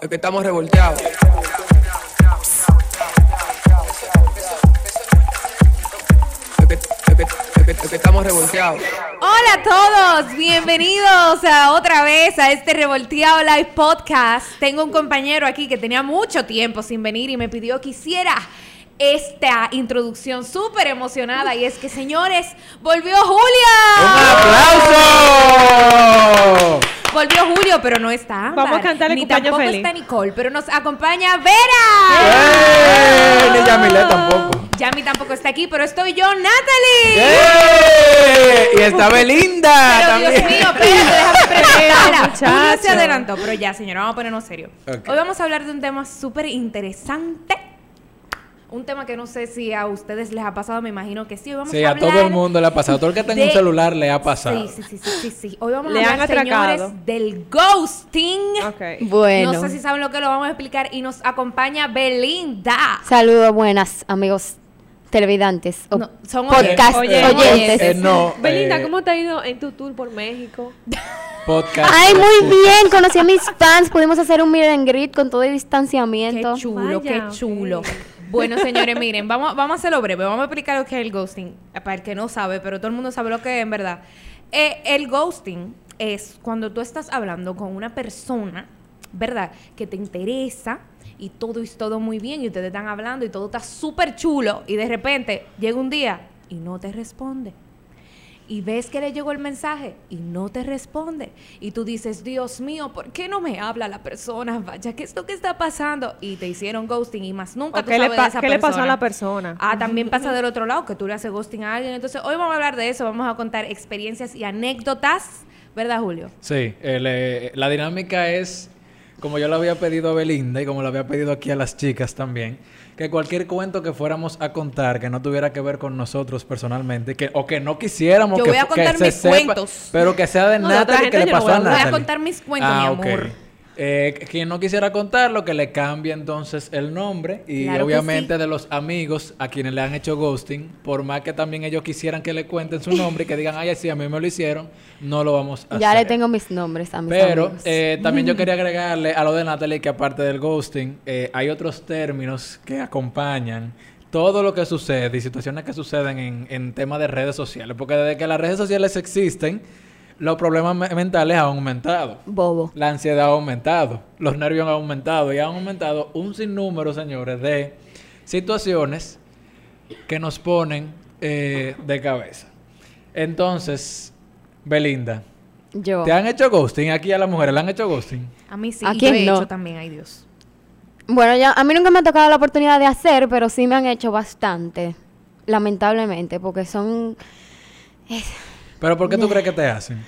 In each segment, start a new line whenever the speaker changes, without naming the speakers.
Es que estamos revolteados. Es que, es que- es que- es que estamos revolteados.
Hola a todos, bienvenidos a otra vez a este Revolteado Live Podcast. Tengo un compañero aquí que tenía mucho tiempo sin venir y me pidió que hiciera esta introducción súper emocionada y es que señores, volvió Julia.
¡Aplauso!
Volvió Julio, pero no está. Ámbar,
Vamos a cantarle
ni
cumpleaños
tampoco
feliz.
está Nicole, pero nos acompaña Vera.
¡Eh! Ni Yamile tampoco.
Yami tampoco está aquí, pero estoy yo, Natalie.
¡Eh! Y está Belinda
Pero Dios
Ah, también.
mío, espérate, déjame presentarla.
Muchacho.
Julio se adelantó, pero ya, señora, vamos a ponernos serio.
Ok.
Hoy vamos a hablar de un tema súper interesante. Un tema que no sé si a ustedes les ha pasado, me imagino que sí. Hoy vamos
Sí,
a,
a
hablar
todo el mundo le ha pasado. Todo el que tenga un
de-
celular le ha pasado.
Sí, sí, sí, sí, sí, sí. Hoy vamos
Le
a
han
hablar,
atracado. Ah,
señores, del ghosting.
Ok.
Bueno,
No sé si saben lo que lo vamos a explicar y nos acompaña Belinda.
saludos buenas amigos televidentes o
No, son
podcast
oyentes.
oyentes.
Eh, no,
Belinda,
eh,
¿cómo te ha ido en tu tour por México?
Podcast.
Ay, muy bien, conocí a mis fans, pudimos hacer un meet and greet con todo el distanciamiento.
Qué chulo,
Vaya,
qué chulo.
ok.
Bueno, señores, miren, vamos, vamos a hacerlo breve. Vamos a explicar lo que es el ghosting. Para el que no sabe, pero todo el mundo sabe lo que es, en verdad. Eh, el ghosting es cuando tú estás hablando con una persona, ¿verdad? Que te interesa y todo es todo muy bien y ustedes están hablando y todo está súper chulo y de repente llega un día y no te responde y ves que le llegó el mensaje y no te responde. Y tú dices, Dios mío, ¿por qué no me habla la persona? Vaya, ¿qué es lo que está pasando? Y te hicieron ghosting y más nunca
¿O
tú
qué le
sabes de
pa-
esa
qué le pasó a la persona?
Ah, también pasa del otro lado, que tú le haces ghosting a alguien. Entonces, hoy vamos a hablar de eso, vamos a contar experiencias y anécdotas, ¿verdad, Julio?
Sí, el, eh, la dinámica es, como yo lo había pedido a Belinda y como lo había pedido aquí a las chicas también, que cualquier cuento que fuéramos a contar que no tuviera que ver con nosotros personalmente, que, o que no quisiéramos
Yo
que,
voy a
que
contar
se
mis
sepa,
cuentos.
pero que sea de
No, de otra
Natalie que
gente
le
yo no
pasó
voy a
a
hablar.
Natalie.
Voy a contar mis cuentos, mi
Ah,
amor.
ok. Eh, quien no quisiera contarlo, que le cambie entonces el nombre y
Claro que
obviamente
sí.
de los amigos a quienes le han hecho ghosting, por más que también ellos quisieran que le cuenten su nombre y que digan, ay, sí, a mí me lo hicieron, no lo vamos a
Ya
hacer.
le tengo mis nombres a mis
Pero
amigos.
eh, también yo quería agregarle a lo de Natalie que aparte del ghosting, eh, hay otros términos que acompañan todo lo que sucede y situaciones que suceden en, en temas de redes sociales. Porque desde que las redes sociales existen, los problemas me- mentales han aumentado.
Bobo.
La ansiedad ha aumentado, los nervios han aumentado y han aumentado un sinnúmero, señores, de situaciones que nos ponen eh, de cabeza. Entonces, Belinda,
Yo.
¿te han hecho ghosting? Aquí a las mujeres le han hecho ghosting.
A mí sí,
¿A
y
quién
yo he
no?
hecho también, ay Dios.
Bueno, ya a mí nunca me ha tocado la oportunidad de hacer, pero sí me han hecho bastante, lamentablemente, porque son
Pero ¿por qué tú crees que te hacen?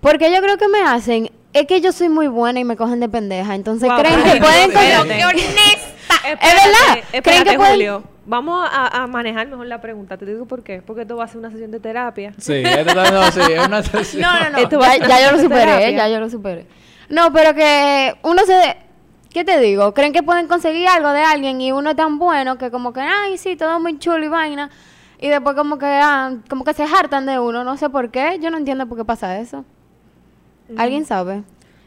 porque yo creo que me hacen es que yo soy muy buena y me cogen de pendeja, entonces
Guau,
creen
ay,
que
no,
pueden
espérate.
Pero
coger-
qué honesta.
Ah, Es verdad. ¿Creen
Espérate,
que pueden-
Julio. Vamos a, a manejar mejor la pregunta. Te digo por qué. Porque esto va a ser una sesión de terapia.
Sí, esto está- no, sí, es una sesión.
No, no, no.
Esto va a
ya,
ser
ya yo lo
terapia.
superé, ya yo lo superé. No, pero que uno se... ¿Qué te digo? Creen que pueden conseguir algo de alguien y uno es tan bueno que como que, ay, sí, todo muy chulo y vaina. Y después como que, ah, como que se hartan de uno, no sé por qué. Yo no entiendo por qué pasa eso. ¿Alguien sabe?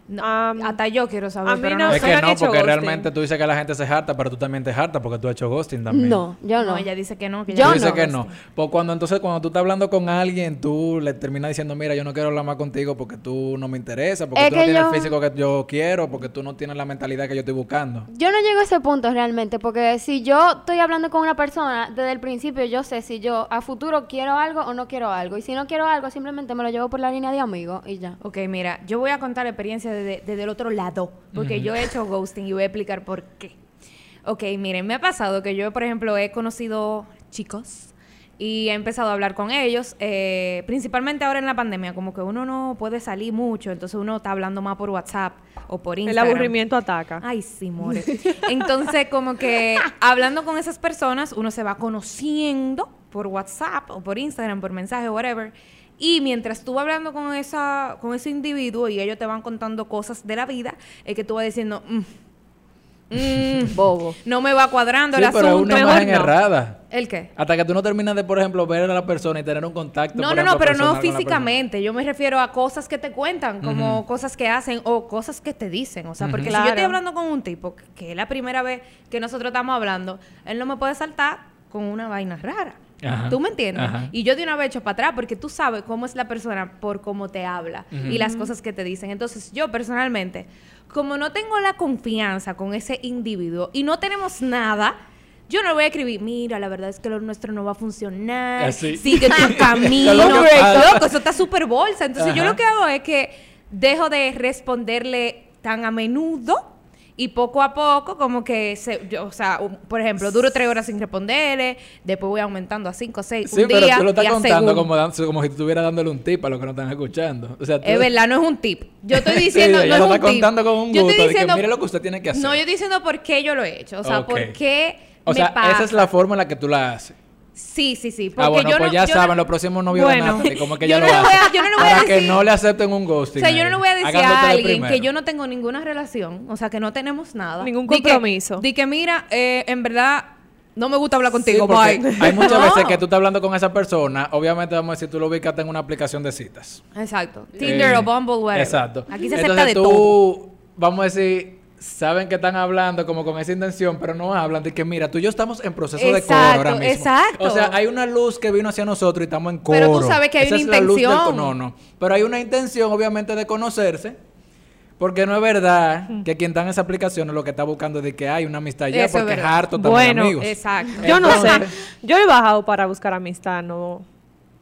No,
Um,
hasta yo quiero saber,
a mí
pero
no
no,
me
Es
sé.
que
han
no,
hecho
porque
ghosting.
realmente tú dices que la gente se harta, pero tú también te hartas porque tú has hecho ghosting también.
No, yo no.
No, ella dice que no. Que
Yo
ella
dice
no.
que no. Pues cuando entonces cuando tú estás hablando con alguien, tú le terminas diciendo, mira, yo no quiero hablar más contigo porque tú no me interesa, porque
Es
tú no
que
tienes
yo-
el físico que yo quiero, porque tú no tienes la mentalidad que yo estoy buscando.
Yo no llego a ese punto realmente, porque si yo estoy hablando con una persona, desde el principio yo sé si yo a futuro quiero algo o no quiero algo. Y si no quiero algo, simplemente me lo llevo por la línea de amigos y ya.
Ok, mira, yo voy a contar experiencia desde, desde el otro lado, porque yo he hecho ghosting y voy a explicar por qué. Ok, miren, me ha pasado que yo, por ejemplo, he conocido chicos y he empezado a hablar con ellos, eh, principalmente ahora en la pandemia, como que uno no puede salir mucho, entonces uno está hablando más por WhatsApp o por
El
Instagram.
aburrimiento ataca.
Ay, sí, more. Entonces, como que hablando con esas personas, uno se va conociendo por WhatsApp o por Instagram, por mensaje, whatever. Y mientras tú vas hablando con esa, con ese individuo y ellos te van contando cosas de la vida, es que tú vas diciendo, "Mm, Mm,
Bobo.
no me va cuadrando
Sí,
el
pero es
asunto.
una
mejor
imagen
no.
errada.
¿El qué?
Hasta que tú no terminas de, por ejemplo, ver a la persona y tener un contacto.
No,
por
no, no,
ejemplo,
pero no
personal con la
físicamente. Yo me refiero a cosas que te cuentan, como cosas que hacen o cosas que te dicen. O sea, porque si yo estoy
Claro.
hablando con un tipo, que- que es la primera vez que nosotros estamos hablando, él no me puede saltar con una vaina rara.
Ajá.
¿Tú me entiendes?
Ajá.
Y yo de una vez echo para atrás porque tú sabes cómo es la persona por cómo te habla y las cosas que te dicen. Entonces, yo personalmente, como no tengo la confianza con ese individuo y no tenemos nada, yo no le voy a escribir, mira, la verdad es que lo nuestro no va a funcionar.
Así.
Sigue tu camino.
Está loco.
Correcto. Loco, eso está súper bolsa. Entonces, yo
Ajá.
lo que hago es que dejo de responderle tan a menudo. Y poco a poco, como que, se, yo, o sea, un- por ejemplo, duro tres horas sin responderle, después voy aumentando a cinco, seis,
Sí,
eh, un
pero
día
tú lo
y
estás
a
contando
según.
como, dan- como si tú estuvieras dándole un tip a los que no están escuchando. O sea, tú-
Es verdad, no es un tip. Yo estoy
Sí,
diciendo,
ella
no es
lo
un
está
tip.
contando con un
yo
gusto
estoy
de que
diciendo,
mire lo que usted tiene que hacer.
No, yo estoy diciendo por qué yo lo he hecho. O sea,
Ok.
por qué
O
me
sea, esa
pasa.
es la forma en la que tú la haces.
Sí, sí, sí. Porque
Ah, bueno,
yo
pues
no,
ya
yo
saben,
no-
los próximos novios
Bueno,
de Natalie, como que
yo
ya
no
lo
le voy
hace.
a- yo no le voy a
Para que
decir-
no le acepten un
O
ghosting.
sea, yo no
ahí.
le voy a decir a
Háganlo ustedes
alguien que
primero.
yo no tengo ninguna relación, o sea, que no tenemos nada.
Ningún
Di que-
compromiso.
Di que, mira, eh, en verdad, no me gusta hablar contigo,
Sí, porque
bye.
Hay muchas
No.
veces que tú estás hablando con esa persona, obviamente vamos a decir, tú lo ubicaste en una aplicación de citas.
Exacto. Tinder
Eh,
o Bumble, whatever.
Exacto.
Aquí se acepta de
Entonces, tú,
todo.
Vamos a decir, saben que están hablando como con esa intención, pero no hablan de que, mira, tú y yo estamos en proceso de coro
Exacto,
ahora mismo.
exacto.
O sea, hay una luz que vino hacia nosotros y estamos en coro.
Pero tú sabes que hay
Esa
una
es la luz del
intención.
co- no, no. Pero hay una intención, obviamente, de conocerse. Porque no es verdad que quien está en esa aplicación es lo que está buscando de que hay una amistad ya,
Eso es
porque es
verdad.
harto también
Bueno,
amigos.
Exacto.
Yo no sé.
Entonces-
Yo he bajado para buscar amistad, no.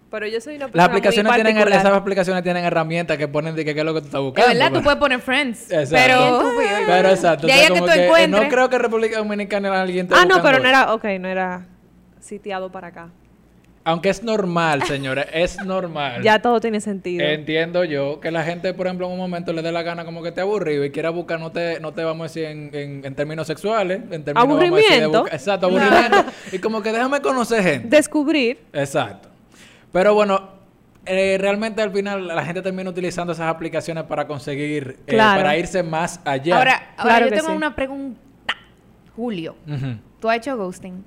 Pero yo soy una persona
Las aplicaciones
muy
tienen, her-
particular.
esas aplicaciones tienen herramientas que ponen de que qué es lo que tú estás
Es
buscando.
verdad, tú
pero-
puedes poner friends.
Exacto.
Pero. Ah.
Pero exacto.
De
o
ahí
sea,
a que
como
tú
eh,
encuentres.
No creo que en República Dominicana alguien te
Ah, no, pero no era, ok, no era sitiado para acá.
Aunque es normal, señora, es normal.
Ya todo tiene sentido.
Entiendo yo que la gente, por ejemplo, en un momento le dé la gana como que te aburrido y quiera buscar, no te, no te vamos a decir en, en- en términos sexuales, en términos vamos a decir, de
Aburrimiento.
busca- exacto, aburrimiento. y como que déjame conocer gente.
Descubrir.
Exacto. Pero bueno, eh, realmente al final la gente termina utilizando esas aplicaciones para conseguir, eh,
Claro.
para irse más allá.
Ahora, ahora
Claro
yo
que
tengo
sí.
una pregunta. Julio,
Ujú.
tú has hecho ghosting.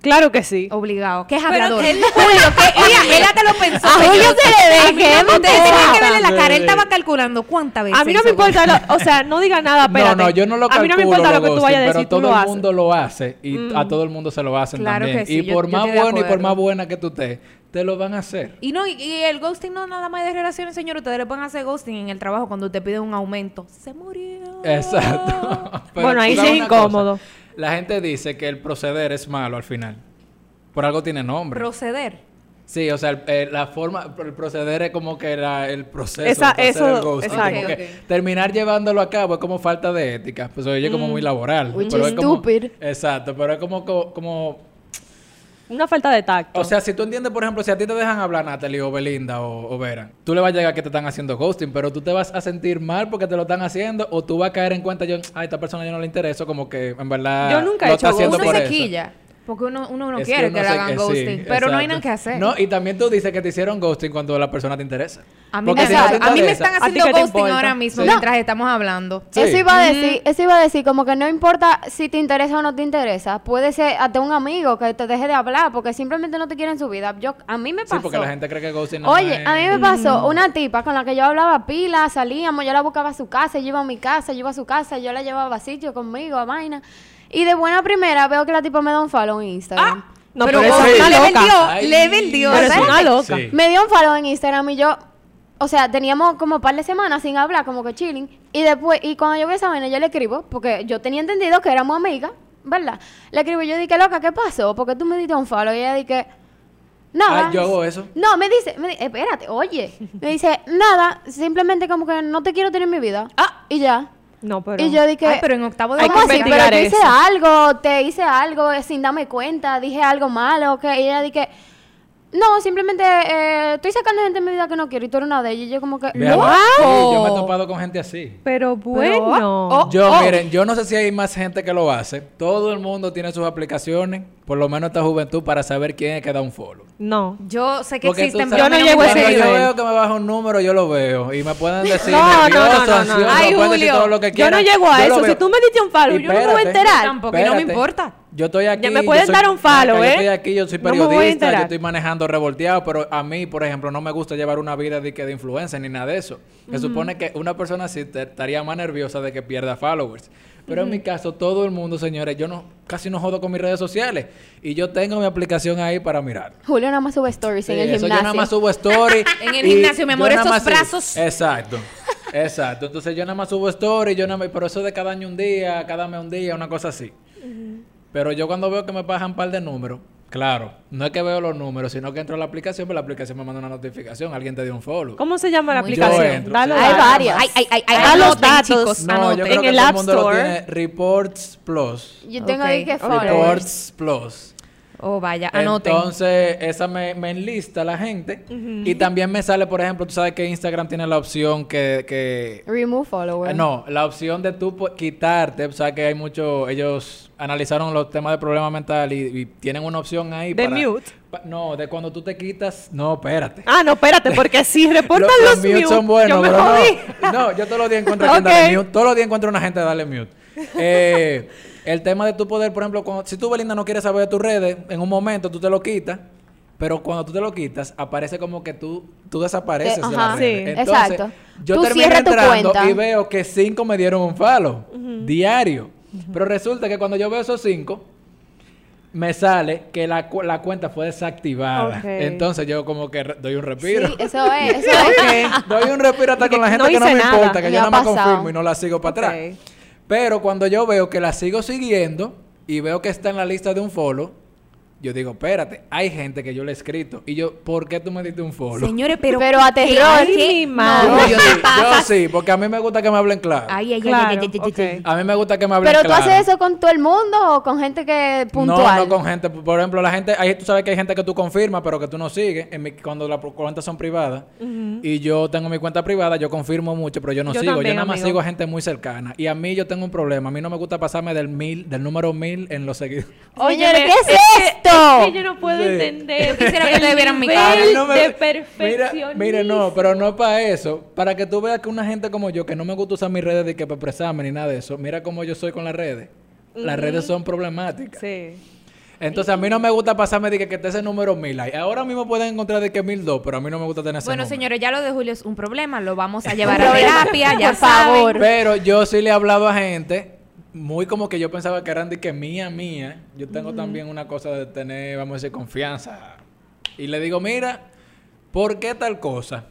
Claro que sí.
Obligado. ¿Qué es
Pero
hablador?
él-
Julio, que ella, ella te lo pensó.
A
señor.
Julio se le ve,
A mí
qué
no- Ustedes
emotiva.
tienen que verle la cara. Él estaba calculando cuántas veces.
A mí no
hizo
me importa, lo- o sea, no diga nada,
No,
Ah, espérate.
no, yo no lo
A mí
calculo.
no me importa lo que tú
ghosting,
vayas a
Pero
decir, tú
todo
lo
el
haces. Mm.
mundo lo hace y a todo el mundo se lo hacen
Claro que
también.
sí,
y
yo-
por
yo
más
estoy de
bueno y por
acuerdo.
más buena que tú estés, te lo van a hacer.
Y no, y, y el ghosting no es nada más de relaciones, señor. Ustedes le pueden hacer ghosting en el trabajo cuando te piden un aumento. Se murió.
Exacto. Pero
Ah. Bueno,
tú
ahí sí
sabes
es
una cosa,
incómodo.
La gente dice que el proceder es malo al final. Por algo tiene nombre.
Proceder.
sí, o sea, el- eh, la forma, el proceder es como que la- el proceso
Esa-
de hacer
eso-
el ghosting.
exacto.
Como
Ok,
que
ok.
terminar llevándolo a cabo es como falta de ética. Pues oye, como
Mm.
muy laboral.
Which
pero
is
es como-
stupid.
Exacto, pero es como- como, como
Una falta de tacto.
O sea, si tú entiendes, por ejemplo, si a ti te dejan hablar Natalie o Belinda o, o Vera, tú le vas a llegar que te están haciendo ghosting, pero tú te vas a sentir mal porque te lo están haciendo o tú vas a caer en cuenta, yo, ay, esta persona yo no le intereso, como que en verdad.
Yo nunca he
lo
hecho
está haciendo
uno
por
se
eso.
quilla. Porque uno, uno no
Es
quiere que,
uno
le
se-
hagan
eh, sí,
ghosting. pero no hay
exacto.
nada que hacer.
No, y también tú dices que te hicieron ghosting cuando la persona te interesa.
a, mí
Porque
me,
si no te
a mí me
interesa-
están
¿A ti
haciendo
qué te
ghosting
importa?
ahora mismo
Sí.
mientras estamos hablando.
Sí.
Eso iba a decir, eso iba a decir, como que no importa si te interesa o no te interesa, puede ser hasta un amigo que te deje de hablar porque simplemente no te quiere en su vida. Yo, a mí me
Sí,
pasó.
porque la gente cree que ghosting no
Oye,
es-
a mí me pasó una tipa con la que yo hablaba pila, salíamos, yo la buscaba a su casa, yo iba a mi casa, yo iba a su casa, yo la llevaba a sitio conmigo, a vaina. Y de buena primera veo que la tipa me da un follow en Instagram.
no,
pero
pero,
como
eso es
le
una loca.
vendió-
Ay,
le vendió,
Pero es
sí,
una loca.
sí.
Me dio un follow en Instagram y yo, o sea, teníamos como un par de semanas sin hablar, como que chilling. Y después, y cuando yo veo esa vaina, yo le escribo, porque yo tenía entendido que éramos amigas, ¿verdad? Le escribo y yo dije, loca, ¿qué pasó? Porque tú me diste un follow. Y ella dije, nada.
Ah, yo hago eso.
No, me dice, me di- espérate, oye. Me dice, nada, simplemente como que no te quiero tener en mi vida. Ah. Y ya.
No, pero...
y yo dije,
Ay, pero en octavo de
Hay
¿Cómo
que
así? Pero
investigar
te hice
eso.
algo, te hice algo eh, sin darme cuenta, dije algo malo, que ella dije, No, simplemente eh, estoy sacando gente de mi vida que no quiero y tú eres una de ellas. Y yo como que...
Vea,
"No".
sí, yo me he topado con gente así.
Pero bueno.
oh,
Yo,
oh.
miren, yo no sé si hay más gente que lo hace. Todo el mundo tiene sus aplicaciones, por lo menos esta juventud, para saber quién es que da un follow.
No.
Yo sé que
Porque tú
existen, pero
sabes-
Yo no
me
llego a
gusta.
ese
Cuando yo
nivel.
veo que me baja un número, yo lo veo. Y me pueden decir
No, no,
nervioso,
no, no, no.
ansioso,
Ay,
pueden decir
Julio,
todo lo que
yo
quieran.
no llego a
lo
eso.
veo.
Si tú me diste un follow,
Y
yo no me voy a
espérate,
enterar.
Tampoco, y no me importa.
Yo estoy aquí.
me pueden
yo soy-
dar un follow,
Yo
¿eh?
estoy aquí, yo soy
No me voy a
periodista, yo
enterar.
estoy manejando revolteado, pero a mí, por ejemplo, no me gusta llevar una vida de, que de influencer ni nada de eso. Se supone que una persona así te- estaría más nerviosa de que pierda followers. Pero en mi caso, todo el mundo, señores, yo no casi no jodo con mis redes sociales. Y yo tengo mi aplicación ahí para mirar.
Julio nada más sube stories en el
Sí, eso
gimnasio.
yo nada más subo story.
En el
y
gimnasio, mi
yo
amor,
nada
esos
más subo-
brazos.
Exacto. Exacto. Entonces yo nada más subo story, yo nada más, pero eso de cada año un día, cada mes un día, una cosa así. Pero yo cuando veo que me bajan un par de números, claro, no es que veo los números, sino que entro a la aplicación, pero la aplicación me manda una notificación, alguien te dio un follow.
¿Cómo se llama la
Muy
aplicación?
bien. Yo entro,
Dale,
sí.
Hay
dale.
varias.
Ay, ay, ay, ay,
Da los
anoten,
datos.
chicos,
No, yo
anoten.
creo
En
que
el
todo el
App
mundo lo
Store.
tiene. Reports Plus.
Yo tengo
Ok,
ahí que
ok.
follow.
Reports Plus.
Oh, vaya, anoten.
Entonces, esa me, me enlista la gente. Y también me sale, por ejemplo, tú sabes que Instagram tiene la opción que... que
Remove follower.
eh, no, la opción de tú po- quitarte. O sea, que hay mucho... Ellos analizaron los temas de problema mental y, y tienen una opción ahí
De
para...
mute.
pa- no, de cuando tú te quitas... No, espérate.
Ah, no, espérate, porque si reportan
Los-
los,
los mutes son
mute,
buenos,
yo me
pero
jodí.
no. No, yo todos los días encuentro a quien
Ok.
darle mute. Todos los días encuentro una gente a darle mute. Eh, el tema de tu poder, por ejemplo, cuando- si tú, Belinda, no quieres saber de tus redes, en un momento tú te lo quitas. Pero cuando tú te lo quitas, aparece como que tú, tú desapareces
Te-
de las
ajá.
redes.
Sí.
Entonces,
Exacto.
Yo
Tú
termino
cierras tu
entrando
cuenta.
y veo que cinco me dieron un follow diario. Pero resulta que cuando yo veo esos cinco, me sale que la, cu- la cuenta fue desactivada.
Ok.
Entonces yo como que re- doy un
Sí,
respiro.
eso es, eso es.
Doy un respiro hasta con la
No
gente que no
hice
me
nada.
importa, que
Me
yo nada
ha
más
pasado.
confirmo y no la sigo para
Ok.
atrás. Pero cuando yo veo que la sigo siguiendo y veo que está en la lista de un follow, yo digo, espérate, hay gente que yo le he escrito. Y yo, ¿por qué tú me diste un follow?
Señores, pero...
Pero a terror.
Ay,
Ay,
mi
mi
madre.
madre.
yo,
no,
sí, yo sí, porque a mí me gusta que me hablen claro.
Ay, ay, ay,
Claro,
ay, ay, ay, ay, ay.
ok.
A mí me gusta que me hablen
Pero tú
claro.
haces eso con todo el mundo o con gente que puntual.
No, no con gente. Por ejemplo, la gente, ahí tú sabes que hay gente que tú confirmas, pero que tú no sigues. En mi- cuando las pro- cuentas son privadas y yo tengo mi cuenta privada, yo confirmo mucho, pero yo no
Yo
sigo. yo
también,
nada más
amigo.
sigo a gente muy cercana. Y a mí yo tengo un problema. A mí no me gusta pasarme del mil, del número mil en los seguidores.
Oye,
Óyeme,
¿qué es,
que-
esto?
es que yo no puedo
Sí.
entender.
Yo quisiera que ustedes vieran mi
nivel
cara.
Ay, no me-
de
mira,
perfeccionismo.
mira, no, pero no para eso. Para que tú veas que una gente como yo, que no me gusta usar mis redes de que para expresarme ni nada de eso, mira cómo yo soy con las redes. Las redes son problemáticas.
Sí.
Entonces, a mí no me gusta pasarme de que, que esté ese número mil ahí. Ahora mismo pueden encontrar de que mil dos, pero a mí no me gusta tener ese
Bueno,
número.
señores, ya lo de Julio es un problema. Lo vamos a llevar a
Problema.
terapia, ya
Por
saben.
favor.
Pero yo sí le he hablado a gente, muy como que yo pensaba que eran de que mía, mía. Yo tengo también una cosa de tener, vamos a decir, confianza. Y le digo, mira, ¿por qué tal cosa?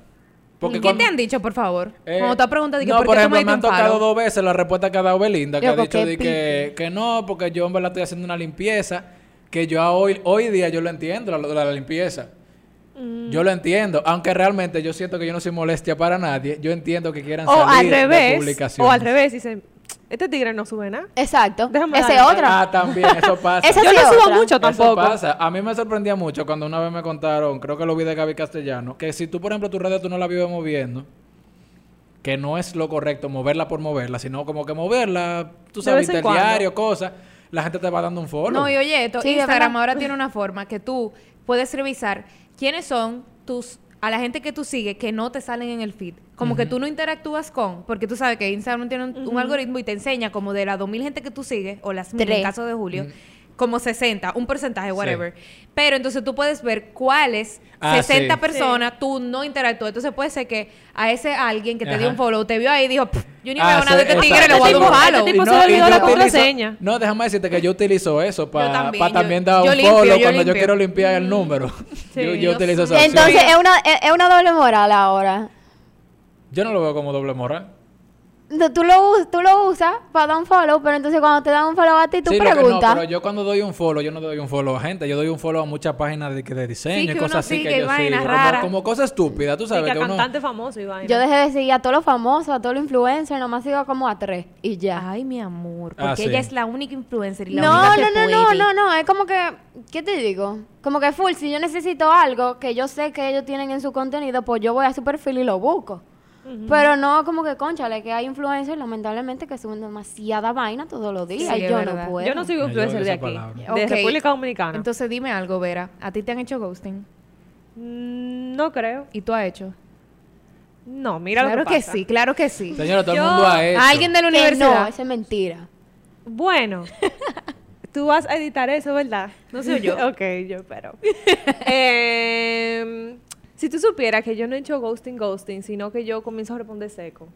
¿Y ¿Qué
cuando-
te han dicho, por favor?
Eh,
Cuando te preguntas, dije,
no,
¿por qué
por
tú
ejemplo,
me
me han
diste un
tocado
palo?
dos veces la respuesta que ha dado Belinda, que ha
Loco,
dicho
qué
de que,
pique.
que no, porque yo en verdad estoy haciendo una limpieza, que yo a hoy, hoy día yo lo entiendo, la, la- la limpieza.
Mm.
Yo lo entiendo, aunque realmente yo siento que yo no soy molestia para nadie, yo entiendo que quieran
O al
salir de
revés.
publicaciones.
O al revés. Dicen, este tigre no sube nada.
Exacto.
Déjame
Ese
darle.
otro.
Ah, también, eso pasa.
Esa
Yo
sí
no
es
subo
otra.
mucho
Eso
tampoco.
pasa. A mí me sorprendía mucho cuando una vez me contaron, creo que lo vi de Gaby Castellano, que si tú, por ejemplo, tus redes tú no la vives moviendo, que no es lo correcto moverla por moverla, sino como que moverla, tú
De
sabes,
vez en
diario, cosas, la gente te va dando un follow.
No, y oye, esto,
Sí, de
Instagram
verdad.
ahora tiene una forma que tú puedes revisar quiénes son tus a la gente que tú sigues que no te salen en el feed. Como que tú no interactúas con, porque tú sabes que Instagram tiene un, un algoritmo y te enseña como de las 2000 gente que tú sigues o las 1000 en
Tres.
caso de Julio, como 60, un porcentaje whatever. Pero entonces tú puedes ver cuáles
Ah,
60
sí.
personas tú no interactúas. Entonces puede ser que a ese alguien que te dio
Ajá.
un follow te vio ahí y dijo, "Pff, yo ni
Ah,
veo nada de
sí,
este tigre,
exacto.
le voy a dar un
Este
follow.
tipo- tipo se le olvidó
yo
la
utilizo-
contraseña.
no, déjame decirte que yo utilizo eso para
también,
también,
yo-
también dar
yo
un
limpio,
follow
yo
cuando yo
limpio. Mm.
quiero limpiar el número.
Sí,
yo, yo
yo
utilizo esa opción.
Entonces, es una, es es una doble moral ahora.
Yo no lo veo como doble moral.
no, tú lo, us- tú lo usas para dar un follow, pero entonces cuando te dan un follow a ti, tú
Sí, lo que no,
preguntas.
pero yo cuando doy un follow, yo no doy un follow a gente, yo doy un follow a muchas páginas de, que de diseño
que
y
uno
cosas así
sigue
que
y
yo
vainas
sigo,
raras.
Como, como cosa estúpida, tú sabes
que a
que uno
cantante famoso, Iván.
Yo dejé de seguir a todos los famosos, a todos los influencers, nomás sigo como a tres y ya.
Ay, mi amor. Porque
Ah, sí.
ella es la única influencer y la
No,
única
no,
que
no,
puede.
no, no, no, es como que, ¿qué te digo? Como que full, si yo necesito algo que yo sé que ellos tienen en su contenido, pues yo voy a su perfil y lo busco. Pero no como que, conchale, que hay influencers lamentablemente que suben demasiada vaina todos los días
Sí,
y
es
yo
verdad.
no puedo.
Yo no soy
Me
influencer
llora
de
esa
aquí,
palabra.
de
Ok.
República Dominicana.
Entonces dime algo, Vera. ¿A ti te han hecho ghosting?
Mm, no creo.
¿Y tú has hecho?
No, mira
claro
lo que,
que,
pasa.
sí, claro que sí.
Señora, todo
Yo-
el mundo ha hecho.
Alguien de la
Que no,
universidad.
eso es mentira.
Bueno, tú vas a editar eso, ¿verdad? No soy yo. ok, yo espero. Em, si tú supieras que yo no he hecho ghosting, ghosting, sino que yo comienzo a responder seco.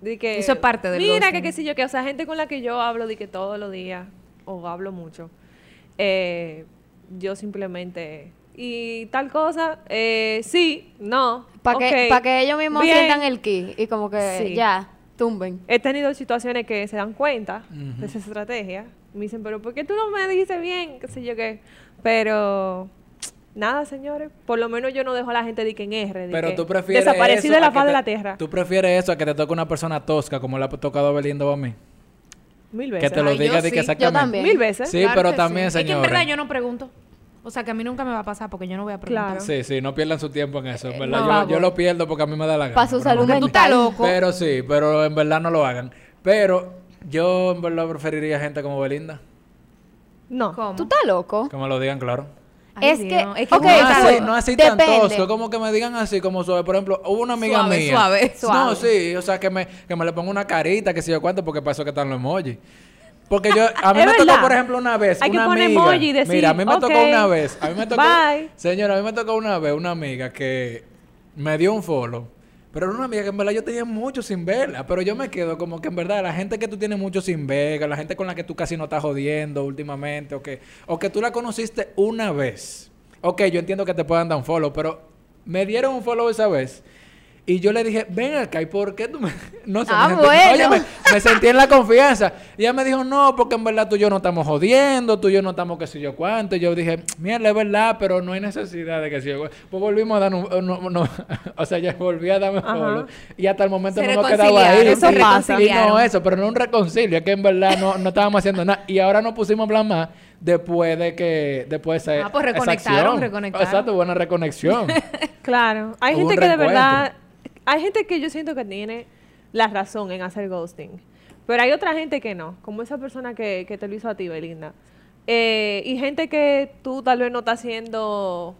De que,
Eso es parte del
Mira que
ghosting.
qué sé yo, que o sea, gente con la que yo hablo de que todos los días, o hablo mucho, eh, yo simplemente... Y tal cosa, eh, sí, no.
Para que,
ok,
pa' que ellos mismos
bien.
sientan el ki y como que
Sí.
ya, tumben.
He tenido situaciones que se dan cuenta de esa estrategia. Me dicen, pero ¿por qué tú no me dijiste bien? ¿Qué sé yo qué? Pero nada, señores. Por lo menos yo no dejo a la gente de que en R. de
Pero
que
tú prefieres eso
Desaparecido de
a
la
que
faz de
te-
la tierra.
Tú prefieres eso a que te toque una persona tosca como la ha tocado Belinda a mí.
Mil
Que
veces.
te lo
Ay, yo
diga
sí.
de que
Yo
exactamente.
también.
Mil veces.
Sí, pero también,
Es que en
señores.
verdad yo no pregunto. O sea, que a mí nunca me va a pasar porque yo no voy a preguntar.
Claro.
Sí, sí, no pierdan su tiempo en eso, en ¿verdad?
no.
Yo- yo,
Vamos.
lo pierdo porque a mí me da la gana.
Pa' su
pero
salud
no.
Porque tú estás
Mental.
loco.
Pero sí, pero en verdad no lo hagan. Pero yo en verdad preferiría gente como Belinda.
No.
¿Cómo?
¿Tú estás loco?
Que me lo digan claro.
Ay,
es
Dios.
que-
Es que
ok,
no
uno
está
así,
bien.
hace-
no así tan
Depende.
tosco, como que me digan así como suave. Por ejemplo, hubo una amiga
Suave,
mía.
suave,
No,
suave.
sí, o sea, que me, que me le ponga una carita, que sé yo cuánto, porque pasó que están los emojis. Porque yo, a mí
Es
me tocó,
verdad.
por ejemplo, una vez,
Hay que
una
poner
amiga.
emoji y decir,
Mira, a mí me tocó
"Ok,
una vez, a mí me tocó,
bye".
señora, a mí me tocó una vez una amiga que me dio un follow. Pero era una amiga que en verdad yo tenía mucho sin verla. Pero yo me quedo como que en verdad la gente que tú tienes mucho sin ver, la gente con la que tú casi no estás jodiendo últimamente, o que, o que tú la conociste una vez. Ok, yo entiendo que te puedan dar un follow, pero me dieron un follow esa vez. Y yo le dije, ven acá, ¿y por qué tú me...? No sé,
Ah,
me sentí,
bueno.
óyeme, me sentí en la confianza. Y ella me dijo, no, porque en verdad tú y yo no estamos jodiendo, tú y yo no estamos qué sé yo cuánto. Y yo dije, mierda, es verdad, pero no hay necesidad de que sé yo cuánto". Pues volvimos a dar un... no- no- o sea, ya volví a darme follow. Y hasta el momento
Se
no nos quedaba ahí.
reconciliaron,
se
Y- Y no
reconciliaron.
eso, pero no un reconcilio, es que en verdad no, no estábamos haciendo nada. Y ahora nos pusimos a hablar más después de que... Después de esa-
Ah, pues
esa
reconectaron,
acción.
reconectaron.
Exacto, buena reconexión.
Claro. Hay
Hubo un
gente que de
reencuentro.
verdad... Hay gente que yo siento que tiene la razón en hacer ghosting. Pero hay otra gente que no. Como esa persona que, que te lo hizo a ti, Belinda. Eh, y gente que tú tal vez no estás haciendo...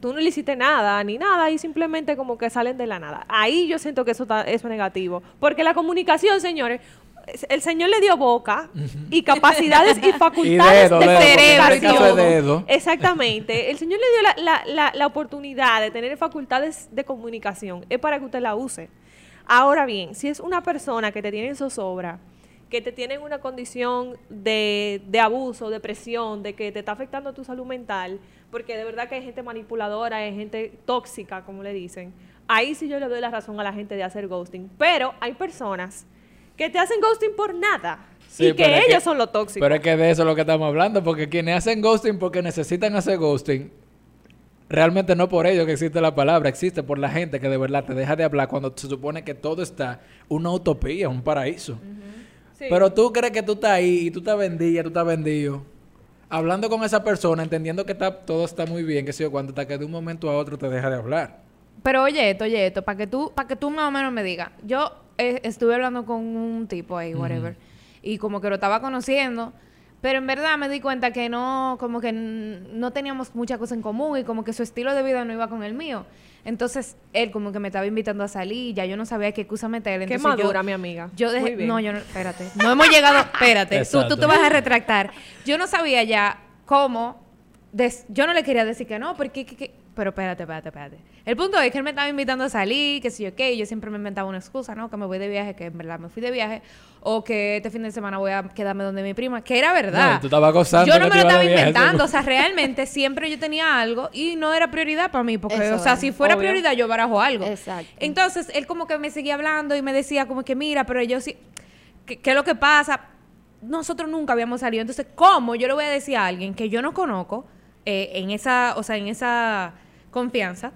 Tú no le hiciste nada, ni nada, y simplemente como que salen de la nada. Ahí yo siento que eso, ta- eso es negativo. Porque la comunicación, señores... es- El Señor le dio boca y capacidades y facultades
dedo,
de
dedo, porque en
este
comunicación.
caso es
dedo.
Exactamente. El Señor le dio la, la- la- la oportunidad de tener facultades de comunicación. Es para que usted la use. Ahora bien, si es una persona que te tiene en zozobra, que te tiene en una condición de, de abuso, depresión, de que te está afectando tu salud mental, porque de verdad que hay gente manipuladora, hay gente tóxica, como le dicen, ahí sí yo le doy la razón a la gente de hacer ghosting. Pero hay personas que te hacen ghosting por nada
Sí,
y que
pero es
ellos son los tóxicos.
Pero es que de eso es lo que estamos hablando, porque quienes hacen ghosting porque necesitan hacer ghosting, realmente no por ello que existe la palabra, existe por la gente que de verdad te deja de hablar cuando se supone que todo está una utopía, un paraíso.
Sí.
Pero tú crees que tú estás ahí y tú estás vendida, tú estás vendido. Hablando con esa persona, entendiendo que está, todo está muy bien, que sé yo, cuando hasta que de un momento a otro te deja de hablar.
Pero oye esto, oye esto, para que tú, para que tú más o menos me digas. Yo eh, estuve hablando con un tipo ahí, whatever, y como que lo estaba conociendo, pero en verdad me di cuenta que no, como que n- no teníamos mucha cosa en común y como que su estilo de vida no iba con el mío. Entonces él como que me estaba invitando a salir, ya yo no sabía qué excusa meterle.
Qué
entonces yo-
madura, mi amiga.
Yo dejé,
Muy bien.
no, yo no, espérate, no hemos llegado, espérate, tú, tú te
Exacto.
vas a retractar. Yo no sabía ya cómo, des- yo no le quería decir que no, porque que- que- Pero espérate, espérate, espérate. El punto es que él me estaba invitando a salir, que si yo qué, y yo siempre me inventaba una excusa, ¿no? Que me voy de viaje, que en verdad me fui de viaje, o que este fin de semana voy a quedarme donde mi prima, que era verdad.
No, tú estabas gozando
Yo no me
que te
lo
ibas
estaba
de viaje,
inventando,
seguro.
o sea, realmente siempre yo tenía algo y no era prioridad para mí, porque,
Eso
o sea,
es,
si fuera
obvio.
prioridad yo barajo algo.
Exacto.
Entonces, él como que me seguía hablando y me decía como que, mira, pero yo sí, ¿qué, qué es lo que pasa? Nosotros nunca habíamos salido. Entonces, ¿cómo yo le voy a decir a alguien que yo no conozco eh, en esa, o sea, en esa confianza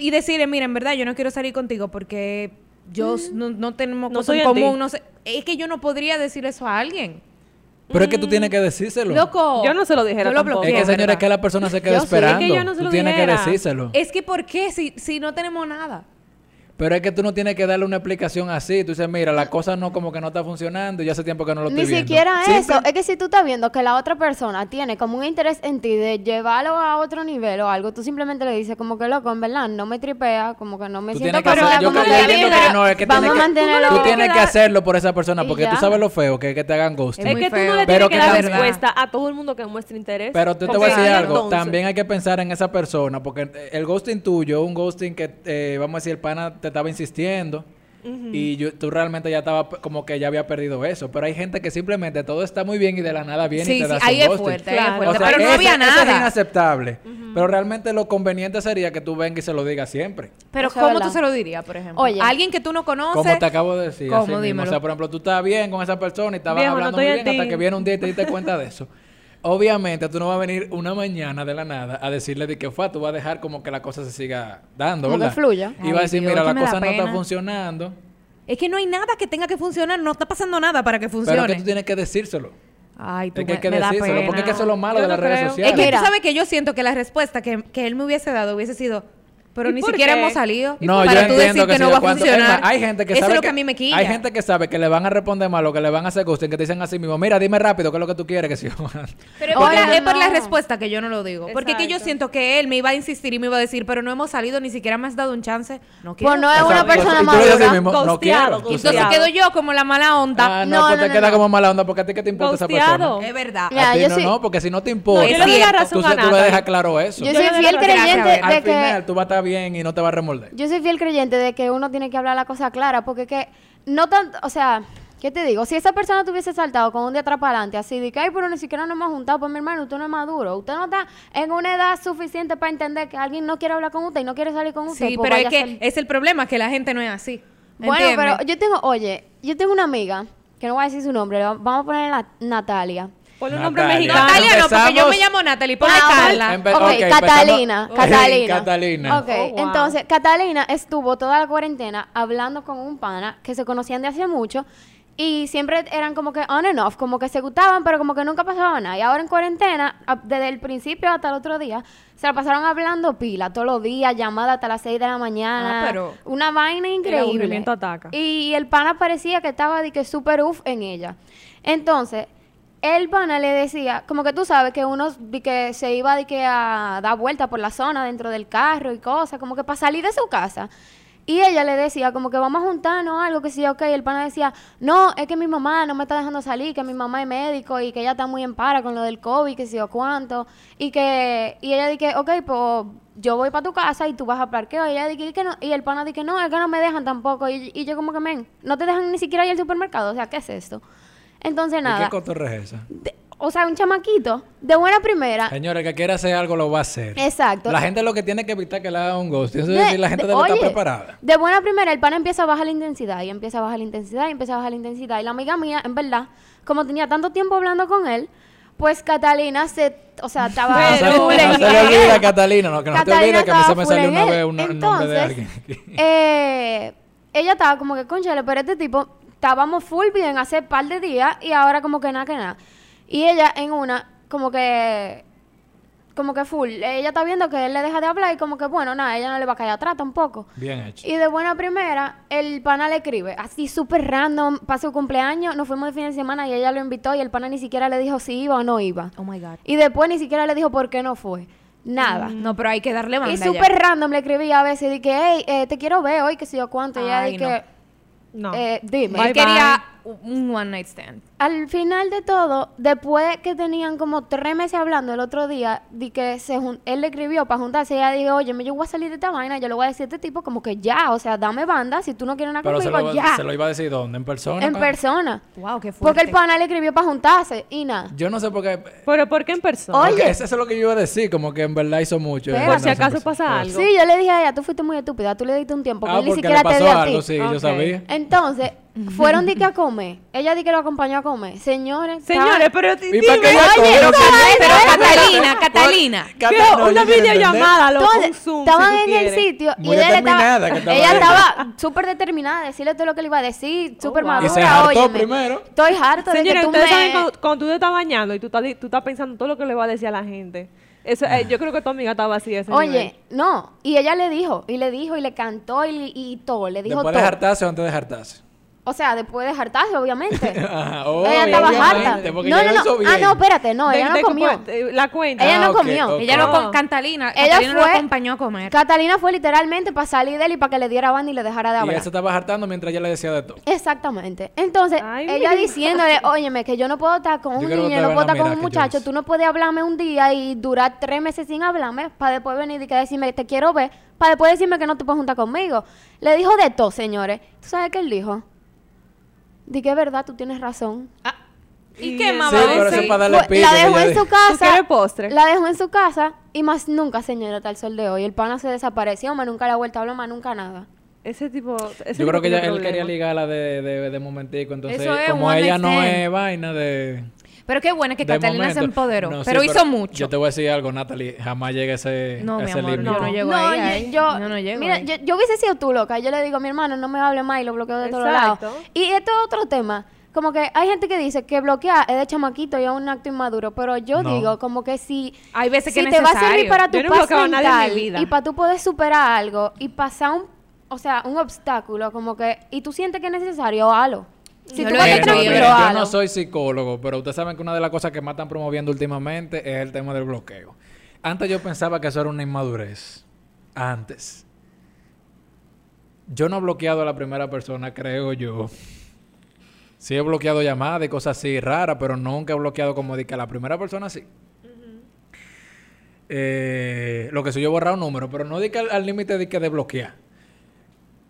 y decirle, mira, en verdad, yo no quiero salir contigo porque yo s- no, no tenemos
No
cosas en
soy en ti.
común, no sé. Es que yo no podría decir eso a alguien.
Pero es que
Mm.
tú tienes que decírselo.
Loco.
Yo no se lo dijera
yo
tampoco.
es
bloqueé,
que, señora,
¿verdad?
es que la persona se queda
Yo sé, es que
esperando.
yo no se
tú
lo
tienes
dijera.
que decírselo.
Es que ¿por qué si, si no tenemos nada?
Pero es que tú no tienes que darle una explicación así. Tú dices, mira, la cosa no como que no está funcionando y ya hace tiempo que no lo estoy
Ni
viendo.
siquiera
Simple-
eso. Es que si tú estás viendo que la otra persona tiene como un interés en ti de llevarlo a otro nivel o algo, tú simplemente le dices como que loco, en verdad, no me tripea, como que no me
Tú
siento
tienes que hacer, yo
como
creo
que
que,
la
yo entiendo
vida,
que no, es que
vamos a
tienes que-
mantenerlo.
tú tienes que hacerlo por esa persona
Y
porque tú
ya.
sabes lo feo que es que te hagan ghost.
Es
Es
muy
que tú
feo.
no le
Pero
tienes
que
que dar
también-
respuesta a todo el mundo que muestre interés.
Pero te, te
Porque
voy a decir
ahí
algo.
entonces-
También hay que pensar en esa persona, porque el ghosting tuyo, un ghosting que, eh, vamos a decir, el pana te estaba insistiendo. Y yo, tú realmente ya estaba p- como que ya había perdido eso. Pero hay gente que simplemente todo está muy bien y de la nada viene y
Sí,
te
sí,
das
ahí
un
es
ghosting.
fuerte,
Claro.
ahí es fuerte.
O sea,
pero no
eso-
había
eso es
nada.
inaceptable. Pero realmente lo conveniente sería que tú vengas y se lo digas siempre.
Pero
Eso es
¿cómo
verdad.
tú se lo dirías, por ejemplo?
Oye.
Alguien que tú no conoces.
Como te acabo de decir.
¿Cómo?
así mismo.
Dímelo.
O sea, por ejemplo, tú estás bien con esa persona y estabas
Viejo, no
hablando
estoy
muy
en
bien hasta
ti.
que viene un día y te diste cuenta de eso. Obviamente, tú no vas a venir una mañana de la nada a decirle de que fue. Tú vas a dejar como que la cosa se siga dando,
Como que
¿verdad?
fluya.
Y vas a
Ay,
decir,
Dios,
mira,
que
la
me da
cosa no está
pena.
funcionando.
Es que no hay nada que tenga que funcionar, no está pasando nada para que funcione.
Pero que tú tienes que decírselo.
Ay, tú
Es que hay
me-
que
me da
decírselo.
pena.
Porque es que eso es lo malo
Yo
de
no
las redes
creo.
Es
sociales.
que
Mira.
tú sabes que yo siento que la respuesta que, que él me hubiese dado hubiese sido, pero
¿Y
ni
por
siquiera
qué?
hemos salido.
¿Y
No,
para
yo
tú
entiendo
decir que,
sí,
no
de
va a
cuánto-
funcionar.
Es más, hay gente que
Eso
sabe
es lo que, a mí me quilla.
Hay gente que sabe que le van a responder mal o que le van a hacer ghosting, que te dicen así mismo, mira, dime rápido qué es lo que tú quieres que sí.
Pero es por,
Oye,
la, es por la
no.
respuesta que yo no lo digo. Porque es que yo
Exacto.
siento que él me iba a insistir y me iba a decir, pero no hemos salido, ni siquiera me has dado un chance. No quiero.
Pues no es
O sea,
una
y tú le
persona
dices así
madura.
mismo, no
Ghosteado,
quiero. Tú sabes.
Entonces
Ghosteado.
quedo yo como la mala onda.
Ah, no,
No,
pues
no,
te
no,
queda
no.
como mala onda porque a ti que te importa esa
Ghosteado.
persona.
Es verdad.
Ya,
a ti
yo
no,
sí-
no, porque si no te importa,
yo
le doy la
tú
razón
se-
a
tú le
Nata.
dejas claro eso.
Yo
Yo soy
le doy
fiel
las gracias,
creyente
Abel.
de
Al
que
final tú vas a estar bien y no te va a remorder.
Yo soy fiel creyente de que uno tiene que hablar la cosa clara, porque que no tanto, o sea, ¿qué te digo? Si esa persona te hubiese saltado con un día atrás para adelante, así de que, ay, pero ni siquiera nos hemos juntado, pues mi hermano, usted no es maduro, usted no está en una edad suficiente para entender que alguien no quiere hablar con usted y no quiere salir con usted.
Sí,
pues
pero es
váyase
que eh,
al-
es el problema, que la gente no es así.
Bueno,
¿Entiendes?
pero yo tengo, oye, yo tengo una amiga, que no voy a decir su nombre, le va- vamos a poner la- Natalia.
Pon un nombre
Natalia.
mexicano.
Natalia no, porque yo
Empezamos-
me llamo Natalie, ponle
Ah, ok.
Carla.
Empe-
ok,
ok,
Catalina,
empezamos-
Catalina.
Catalina.
Ok,
Oh, wow.
entonces Catalina estuvo toda la cuarentena hablando con un pana que se conocían de hace mucho y siempre eran como que on and off, como que se gustaban, pero como que nunca pasaba nada. Y ahora en cuarentena, a- desde el principio hasta el otro día, se la pasaron hablando pila, todos los días, llamada hasta las 6 de la mañana.
Ah, pero
una vaina increíble.
aburrimiento ataca.
Y el pana parecía que estaba de que súper uff en ella. Entonces, el pana le decía, como que tú sabes que uno de que se iba de que a dar vuelta por la zona dentro del carro y cosas, como que para salir de su casa. Y ella le decía, como que vamos a juntarnos, algo que sí, ok. Y el pana decía, no, "Oh, es que mi mamá no me está dejando salir, que mi mamá es médico y que ella está muy en para con lo del COVID, que sí o cuánto. Y que, y ella dije, ok, pues yo voy para tu casa y tú vas a parqueo. Y ella dije, que no, y el pana dije, no, es que no me dejan tampoco. Y, y yo, como que, men, no te dejan ni siquiera ir al supermercado, o sea, ¿qué es esto? Entonces,
¿Y
nada.
qué cotorra es esa?
de- o sea, un chamaquito, de buena primera,
Señora, el que quiera hacer algo lo va a hacer.
Ah. Exacto.
La gente lo que tiene que evitar que le haga un ghost. Eso
De-
es decir, la gente
de-
debe estar
oye,
preparada.
De buena primera, el pana empieza a bajar la intensidad y empieza a bajar la intensidad y empieza a bajar la intensidad. Y la amiga mía, en verdad, como tenía tanto tiempo hablando con él, pues Catalina se, o sea, estaba
No se-
full
no
en
se le
él.
olvida a Catalina, no, que no se te olvide que a mí se
estaba
me
full
salió
en
una
él.
vez un un nombre de
Entonces,
alguien.
eh, ella estaba como que, conchale, pero este tipo, estábamos full bien hace par de días y ahora como que nada, que nada. Y ella en una, como que como que full. Ella está viendo que él le deja de hablar y como que, bueno, nada, ella no le va a caer atrás tampoco.
Bien hecho.
Y de buena primera, el pana le escribe, así súper random, para su cumpleaños, nos fuimos de fin de semana y ella lo invitó y el pana ni siquiera le dijo si iba o no iba.
Oh my God. Mm.
Y después ni siquiera le dijo por qué no fue. Nada.
Em, No, pero hay que darle banda
Y
ya.
súper random le escribía a veces, de que, hey, eh, te quiero ver hoy, que sé yo cuánto. Y ella
Ay,
de que,
No.
eh, dime.
Él
Bye,
quería un one night stand.
Al final de todo, después que tenían como tres meses hablando el otro día, di que se jun- él le escribió para juntarse y ella dijo, oye, yo voy a salir de esta vaina, yo le voy a decir a este tipo como que ya, o sea, dame banda, si tú no quieres nada
Pero se
conmigo,
lo,
ya,
se lo iba a decir dónde, en persona.
en
pa?
persona.
Wow, qué
Porque el pana le escribió para juntarse y nada.
Yo no sé por qué.
Pero ¿por qué en persona?
Oye.
Porque eso es lo que yo iba a decir, como que en verdad hizo mucho.
Pero-
en
Por si
verdad,
acaso
en persona.
pasa
Pero-
algo.
Sí, yo le dije a ella, tú fuiste muy estúpida, tú le diste un tiempo, que
Ah,
él ni
porque le
siquiera te
pasó
dio a
algo,
ti.
sí,
Ok.
yo sabía.
Eh, Entonces, fueron de que a comer. Ella di que lo acompañó a comer. Señores, estaban-
Señores, pero t-
¿Y para
dime,
qué ella
Oye,
cobró?
no
Que-
sabes,
Pero
¿eh?
Catalina, Catalina.
Cata,
Viejo,
no, yo
una
quiero entender.
videollamada, loco, un
Entonces,
Zoom,
estaban
si tú
en el
quieres.
sitio y
Muy
ella, le
determinada
estaba,
que estaba
ella
ella.
estaba súper determinada de decirle todo lo que le iba a decir, súper
wow.
madura.
Y se hartó
óyeme.
primero.
Estoy harto de
Oh, Señores,
que tú
ustedes saben
me...
cuando, cuando tú te estás bañando y tú estás, di- tú estás pensando todo lo que le va a decir a la gente. Eso, eh, yo creo que tu amiga estaba así. a ese nivel.
Oye, no. Y ella le dijo, y le dijo, y le cantó, y, y todo, le dijo
Después de
todo.
jartarse o antes de jartarse.
O sea, después de hartarse, obviamente.
Ajá,
ella estaba
obviamente,
harta. No,
porque
no,
ya lo
no.
hizo
Ah,
bien. Ah,
no, espérate, no,
De-
ella
de
no
como-
comió.
eh, La cuenta.
Ella no
ok,
comió.
ok.
Ella lo
No.
con Catalina,
Ella
Catalina lo
fue-
acompañó a comer.
Catalina fue literalmente para salir de él y para que le diera banda y le dejara de
Y
hablar.
ella se estaba hartando mientras ella le decía de todo.
Exactamente. Entonces,
Ay,
ella
mira.
diciéndole, óyeme, que yo no puedo estar con
Yo
un
creo que
niño,
ustedes
no
van
puedo
a
estar con
mirar
un
que yo
muchacho,
hice.
tú no puedes hablarme un día y durar tres meses sin hablarme para después venir y que decirme, te quiero ver, para después decirme que no te puedes juntar conmigo. Le dijo de todo, señores. ¿Tú sabes qué él dijo? Di que es verdad, tú tienes razón.
Ah, ¿Y
Y
qué
eso-
más
Sí,
va a
pero eso
decir?
es para darle
Fue-
pico.
la
que
dejó
ella
en
dijo.
su casa.
quieres postre?
La dejó en su casa y más nunca, señora, hasta el sol de hoy. El pana se desapareció, más nunca la ha vuelto a hablar, más nunca nada.
Ese tipo. Ese
Yo creo que
ya
ella, él quería ligarla de, de, de momentico, entonces
Eso es
como
one
ella
night
no
stand.
es vaina de...
Pero qué bueno que
de
Catalina se
momento.
empoderó.
No, sí,
pero hizo mucho.
Yo te voy a decir algo, Natalie, jamás llega a ese,
No,
a
mi
ese
amor,
límite.
yo no llego
no,
ahí,
yo,
ahí.
yo-
Yo no llego
mira,
ahí.
yo, yo hubiese sido tú loca. Yo le digo a mi hermano, no me hable más y lo bloqueo de todos lados.
Exacto.
Y esto es otro tema. Como que hay gente que dice que bloquear es de chamaquito y es un acto inmaduro, pero yo
No.
digo como que si,
Hay veces que
si
es
te va a servir
necesario.
para tu
Yo no he
paz
bloqueado a nadie en mi
mental
vida.
y para tú poder superar algo y pasar un, o sea, un obstáculo, como que, y tú sientes que es necesario, halo. Si
Yo
tú
lo
vas a
he
estar
hecho,
tranquilo,
miren, yo
halo.
no soy psicólogo, pero ustedes saben que una de las cosas que más están promoviendo últimamente es el tema del bloqueo. Antes yo pensaba que eso era una inmadurez. Antes. Yo no he bloqueado a la primera persona, creo yo. Sí he bloqueado llamadas y cosas así raras, pero nunca he bloqueado como de que a la primera persona sí. Eh, lo que soy yo he borrado un número, pero no di que al al límite de que de bloquear.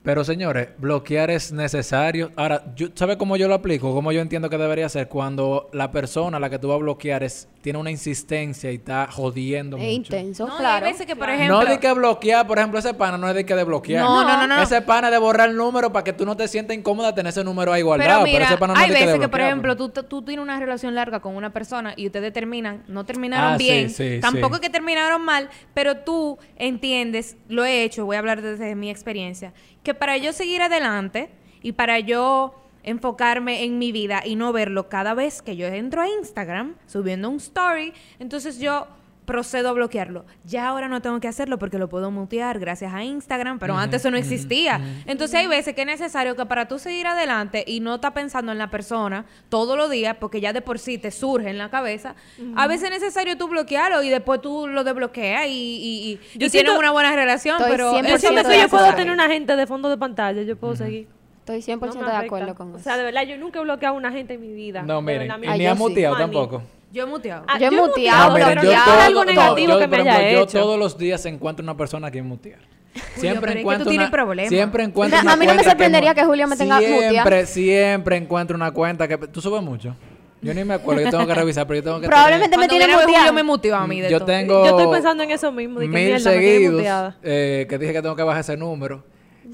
Pero señores, bloquear es necesario. Ahora, yo, ¿sabe cómo yo lo aplico? ¿Cómo yo entiendo que debería ser? Cuando la persona a la que tú vas a bloquear es, tiene una insistencia y está jodiendo
Es
mucho.
intenso,
No, y
claro.
hay veces que, por
No
ejemplo...
de que bloquear, por ejemplo, ese pana no es de que de bloquear.
No, no, no, no, no.
Ese pana es de borrar el número para que tú no te sientas incómoda tener ese número ahí guardado.
pero mira,
ese pana no
hay
es de que de
veces que, por
bloquear,
ejemplo,
pero-
tú, tú tienes una relación larga con una persona y ustedes terminan, no terminaron
Ah, sí,
bien,
sí, sí.
tampoco es que terminaron mal, pero tú entiendes, lo he hecho, voy a hablar desde mi experiencia, que para yo seguir adelante y para yo enfocarme en mi vida y no verlo cada vez que yo entro a Instagram subiendo un story, entonces yo procedo a bloquearlo. Ya ahora no tengo que hacerlo porque lo puedo mutear gracias a Instagram, pero antes eso no existía. Entonces hay veces que es necesario que para tú seguir adelante y no estar pensando en la persona todos los días, porque ya de por sí te surge en la cabeza, a veces es necesario tú bloquearlo y después tú lo desbloqueas y, y, y-
Yo
y
siento-
tienen una buena relación,
Estoy
pero
100%
Yo
eso no
siento
Por
que
ciento
yo
de
puedo
acuerdo.
tener una gente de fondo de pantalla. Yo puedo seguir.
Estoy 100%
No me
de
afecta.
acuerdo con
O
eso.
sea, de verdad, yo nunca he bloqueado a una gente en mi vida.
No,
De
miren,
verdad,
y
mira.
Ay,
ni
yo
ha
sí.
muteado
Manny.
tampoco.
Yo he muteado.
Ah,
Yo he
muteado,
muteado,
miren,
pero
yo
no
todo-
por algo
no,
negativo
yo,
que me
por
haya
ejemplo, yo
hecho.
todos los días encuentro una persona que mutear.
pero es
Siempre
que
encuentro
tú tienes
una,
problemas.
Siempre encuentro
No,
una
a mí no me
cuenta
sorprendería
mu-
que Julia me tenga
¿ah?
siempre,
mutea.
Siempre encuentro una cuenta que... ¿Tú subes mucho? Yo ni me acuerdo. Yo tengo que revisar, pero yo tengo que...
Probablemente me
Cuando
tiene
viene Julio
muteado.
me muteó a mí de
Mm, Yo
todo.
tengo...
Yo estoy pensando en eso mismo. de que,
mil
mierda, me tiene
seguidos
muteada.
eh, que dije que tengo que bajar ese número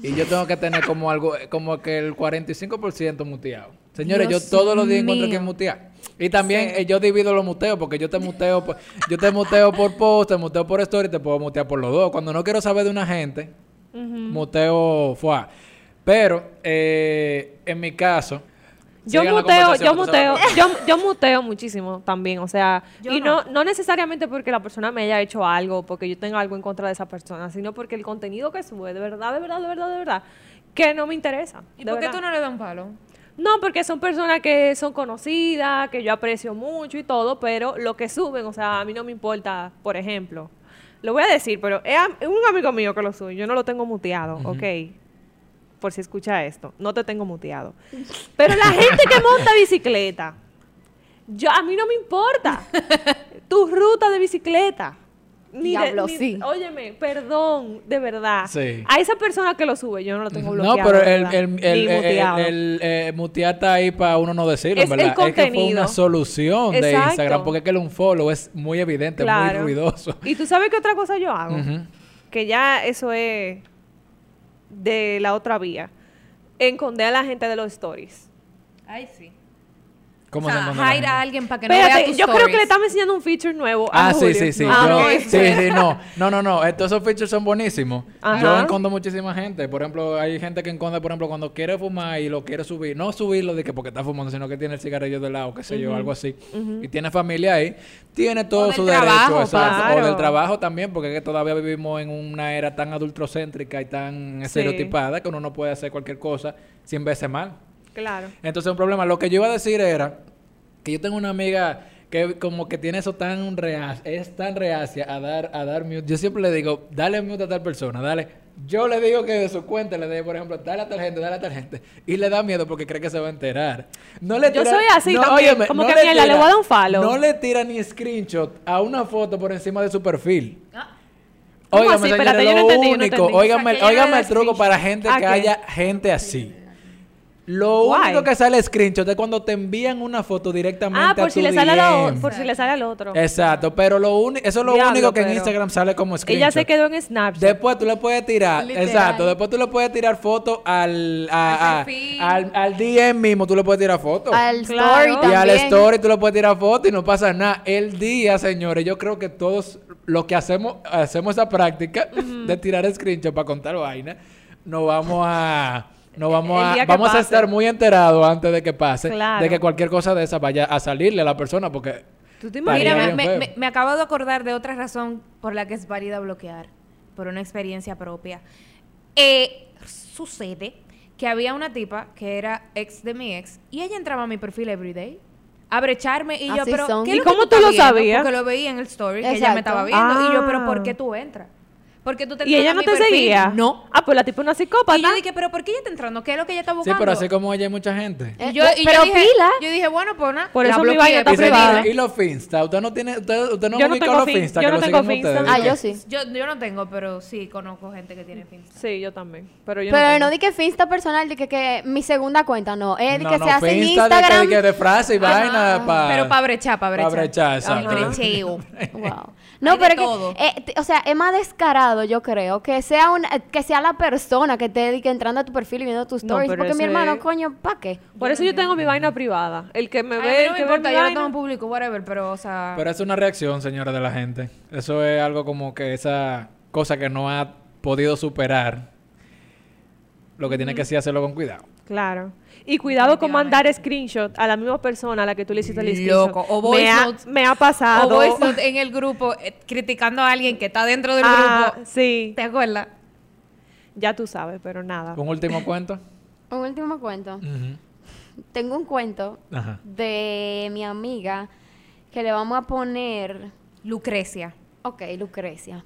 y yo tengo que tener como algo eh, como que el 45% muteado. Señores,
Dios
yo todos los días encuentro
mío.
que mutear. Y también eh, yo divido los muteos porque yo te muteo por, yo te muteo por post, te muteo por story, te puedo mutear por los dos. Cuando no quiero saber de una gente, muteo fue. Pero eh, en mi caso
Yo
sigan la
muteo, yo
conversación, tú sabes
muteo,
por qué.
yo, yo muteo muchísimo también, o sea,
Yo
y
no.
no. No, necesariamente porque la persona me haya hecho algo, porque yo tenga algo en contra de esa persona, sino porque el contenido que sube, de verdad, de verdad, de verdad, de verdad, que no me interesa.
¿Y
de
por qué
verdad.
tú no le das un palo?
No, porque son personas que son conocidas, que yo aprecio mucho y todo, pero lo que suben, o sea, a mí no me importa, por ejemplo. Lo voy a decir, pero es am- es un amigo mío que lo sube, yo no lo tengo muteado, ok. por si escucha esto, no te tengo muteado. Pero la gente que monta bicicleta, yo, a mí no me importa tu ruta de bicicleta. de-
Diablo, sí.
Óyeme, perdón, de verdad.
Sí.
A esa persona que lo sube, yo no lo tengo
No,
bloqueado.
pero
de
el,
verdad,
el, el,
ni
el-
muteado.
el, eh, mutear está ahí para uno no decirlo,
Es el
¿verdad? Es que fue
contenido.
una solución de
Exacto.
Instagram, porque es que el unfollow es muy evidente,
Claro.
muy ruidoso.
Y tú sabes qué otra cosa yo hago,
Ujú.
que ya eso es de la otra vía. Esconder a la gente de los stories.
Ay, sí.
¿Cómo
o
se
sea,
encuentra la
hide
gente?
a alguien para que no vea
Espérate,
tus
yo creo que le
stories.
estamos enseñando un feature nuevo. a
Ah, sí,
Julio.
sí, sí.
Ah,
yo-
ok.
sí, sí, no. No, no, no. Estos, esos features son buenísimos. Yo
Ajá.
encondo muchísima gente. Por ejemplo, hay gente que enconde, por ejemplo, cuando quiere fumar y lo quiere subir. No subirlo de que porque está fumando, sino que tiene el cigarrillo de lado, qué sé yo, algo así. Y tiene familia ahí. Tiene todo
del
su derecho.
trabajo,
exacto. O
claro.
del trabajo también, porque es que todavía vivimos en una era tan adultrocéntrica y tan estereotipada que uno no puede hacer cualquier cosa 100 veces mal.
Claro.
Entonces, un problema. Lo que yo iba a decir era que yo tengo una amiga que como que tiene eso tan reacia, es tan reacia a dar, a dar mute. Yo siempre le digo, dale mute a tal persona, dale. Yo le digo que de su cuenta le dé, por ejemplo, dale a tal gente, dale a tal gente. Y le da miedo porque cree que se va a enterar. No le
Yo
tira-
soy así también, como que, mierda, le voy a dar un follow.
No le tira ni screenshot a una foto por encima de su perfil.
Ah.
¿Cómo
Óigame,
así?
señores,
Espérate, yo no
lo
entendí, yo no
único,
entendí.
óigame,
O sea, que ella
óigame
le
el
da
truco para gente
¿A
que
qué?
haya gente así. Lo
Guay.
único que sale screenshot es cuando te envían una foto directamente
Ah,
a
por
tu
si le sale al o-
DM.
por si le sale al otro.
Exacto, pero lo uni- eso es lo
Diablo,
único que en
pero-
Instagram sale como screenshot.
Ella se quedó en Snapchat.
Después tú le puedes tirar,
Literal.
exacto, después tú le puedes tirar foto al a-
Al
a-
perfil.
al, al DM mismo, tú le puedes tirar foto.
Al
Claro.
story
Y
Y
también.
al story tú le puedes tirar foto y no pasa nada. El día, señores, yo creo que todos los que hacemos, hacemos esa práctica de tirar screenshot para contar vaina, no vamos a. No vamos
El día
a,
que
vamos a
pase.
estar muy enterados antes de que pase,
Claro.
de que cualquier cosa de esa vaya a salirle a la persona, porque
¿Tú te
Vale,
Mira,
imaginas?
Estaría
me,
bien
me-
feo.
me- me acabo de acordar de otra razón por la que es válida bloquear, por una experiencia propia. Eh, sucede que había una tipa que era ex de mi ex y ella entraba a mi perfil everyday a brecharme y yo,
Así
pero
son.
¿qué
¿Y
es que
cómo tú lo
estás viendo?
sabías?
Porque lo veía en el story que ella
Exacto.
me estaba viendo y yo, pero
Ah.
¿por qué tú entras? Porque tú te
¿Y
entras
ella
a
no
mi
te
perfil.
seguía?
No.
Ah, pues la tipo una psicópata.
Y yo dije, pero ¿por qué ella está entrando? ¿Qué es lo que ella está
sí,
buscando?
pero así como ella hay mucha gente.
Eh,
Y yo, y yo
pero
dije,
pila.
Yo dije, bueno, pues nada.
Por
la
eso mi
bloqueé,
vaina está
Y,
pero-
señores,
privada.
y los Finsta, usted no tiene, usted, usted no
Yo
yo
no
no
tengo
los
Fin-
Finsta,
yo
que
no
lo
tengo
siguen
Finsta.
ustedes.
Ah,
¿Qué?
yo sí.
Pues, Yo, yo no tengo, pero sí conozco gente que tiene Finsta.
Sí, yo también. Pero yo
Pero no
no.
di que Finsta personal, di que, que mi segunda cuenta, no. Es di
No,
que
no,
se hace en
Finsta de que-
Instagram.
de que de frase y vaina
Ah.
pa-
Pero para brechar, para brechar.
Pa' brechar,
El
exacto.
brecheo.
Wow.
Hay
No,
de
pero es
todo.
que, eh, te- o sea, es más descarado, yo creo, que sea una, que sea la persona que te dedique entrando a tu perfil y viendo tus
No,
stories.
pero
porque mi
eso
hermano,
es-
coño, ¿pa' qué?
Por eso yo tengo mi vaina privada. El que me
A mí
ve,
no
el
me
que ve
importa,
mi
yo lo
vaina.
tengo en público, whatever, pero, o sea...
Pero es una reacción, señora, de la gente. Eso es algo como que esa cosa que no ha podido superar. Lo que tiene
Mm.
que sí hacerlo con cuidado.
Claro. Y cuidado con mandar screenshot a la misma persona a la que tú le hiciste el screenshot.
Loco, o
me
voice
ha,
notes.
me ha pasado.
o voice note en el grupo eh, criticando a alguien que está dentro del
Ah,
grupo.
sí.
¿Te acuerdas?
Ya tú sabes, pero
Ah.
nada.
Un último cuento.
Un último cuento.
Ujú.
Tengo un cuento
Mm. Ajá.
de mi amiga que le vamos a poner.
Lucrecia.
Ok, Lucrecia.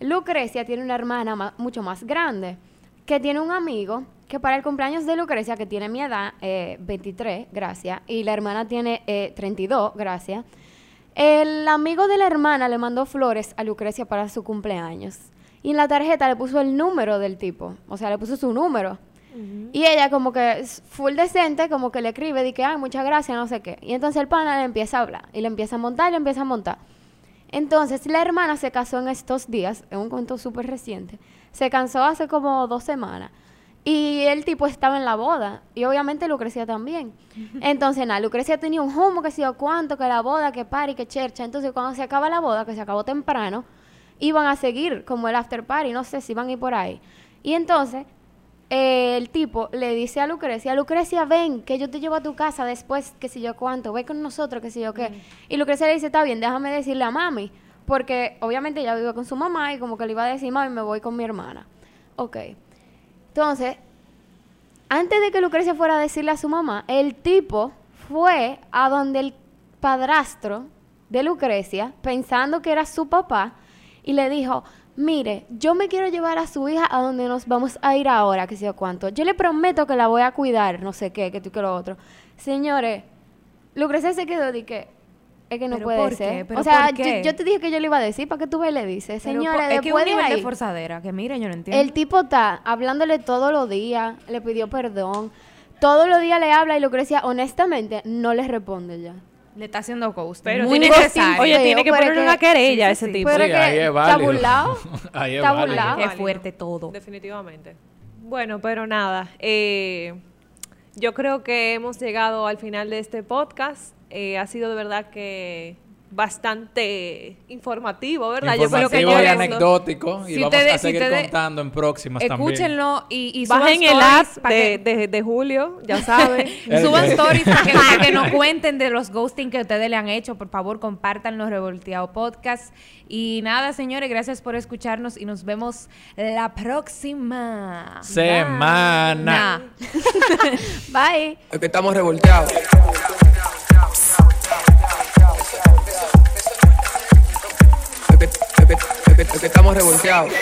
Lucrecia tiene una hermana ma- mucho más grande que tiene un amigo que para el cumpleaños de Lucrecia, que tiene mi edad, eh, 23, gracias, y la hermana tiene eh, 32, gracias, el amigo de la hermana le mandó flores a Lucrecia para su cumpleaños. Y en la tarjeta le puso el número del tipo, o sea, le puso su número. Y ella como que s- full decente, como que le escribe, de que, ay, muchas gracias, no sé qué. Y entonces el pana le empieza a hablar, y le empieza a montar, y le empieza a montar. Entonces, la hermana se casó en estos días, es un cuento súper reciente. Se casó hace como dos semanas. Y el tipo estaba en la boda. Y obviamente Lucrecia también. Entonces, nada, Lucrecia tenía un humo que se dio cuánto, que la boda, que party, que chercha. Entonces, cuando se acaba la boda, que se acabó temprano, iban a seguir como el after party. No sé si iban a ir por ahí. Y entonces, eh, el tipo le dice a Lucrecia, Lucrecia, ven, que yo te llevo a tu casa después, qué sé yo cuánto, ve con nosotros, qué sé yo qué. Y Lucrecia le dice, está bien, déjame decirle a mami, porque obviamente ella vive con su mamá y como que le iba a decir, mami, me voy con mi hermana. Ok. Entonces, antes de que Lucrecia fuera a decirle a su mamá, el tipo fue a donde el padrastro de Lucrecia, pensando que era su papá, y le dijo, mire, yo me quiero llevar a su hija a donde nos vamos a ir ahora, que sé yo cuánto. Yo le prometo que la voy a cuidar, no sé qué, que tú que lo otro. Señores, Lucrecia se quedó de que es que no
¿Pero
puede
por qué?
ser.
¿Pero
o sea,
por qué?
Yo, yo te dije que yo le iba a decir, ¿para qué tú vas y le dices?
Pero
Señores,
po- es que un
después de
nivel de
ahí,
forzadera, que mira, yo no entiendo.
el tipo está hablándole todos los días, le pidió perdón, todos los días le habla y Lucrecia honestamente no le responde ya.
Le está haciendo ghosting.
Pero
muy
tiene que-
necesario.
Oye, tiene que
pero
ponerle
que-
una querella a ese
sí, sí.
tipo.
Pero
Sí,
que
ahí es
está
válido.
burlado.
Ahí es
está
válido.
burlado.
Qué fuerte todo.
Definitivamente. Bueno, pero nada. eh, yo creo que hemos llegado al final de este podcast. Eh, ha sido de verdad que bastante informativo, ¿verdad? yo creo
Informativo
que
y
ya-
anecdótico. Y
Si
vamos a
ustedes- si
seguir
ustedes-
contando en próximas también.
Escúchenlo y, y suban
Bajen el app
stories pa'
de,
que-
de- de Julio, ya saben.
El
Suban
que-
stories para que, para que nos cuenten de los ghosting que ustedes le han hecho. Por favor, compartan los Revolteado Podcast. Y nada, señores, gracias por escucharnos y nos vemos la próxima.
Semana.
Nah.
Bye.
Es que estamos revolteados. Es que- es que- es que- es que estamos revolteados.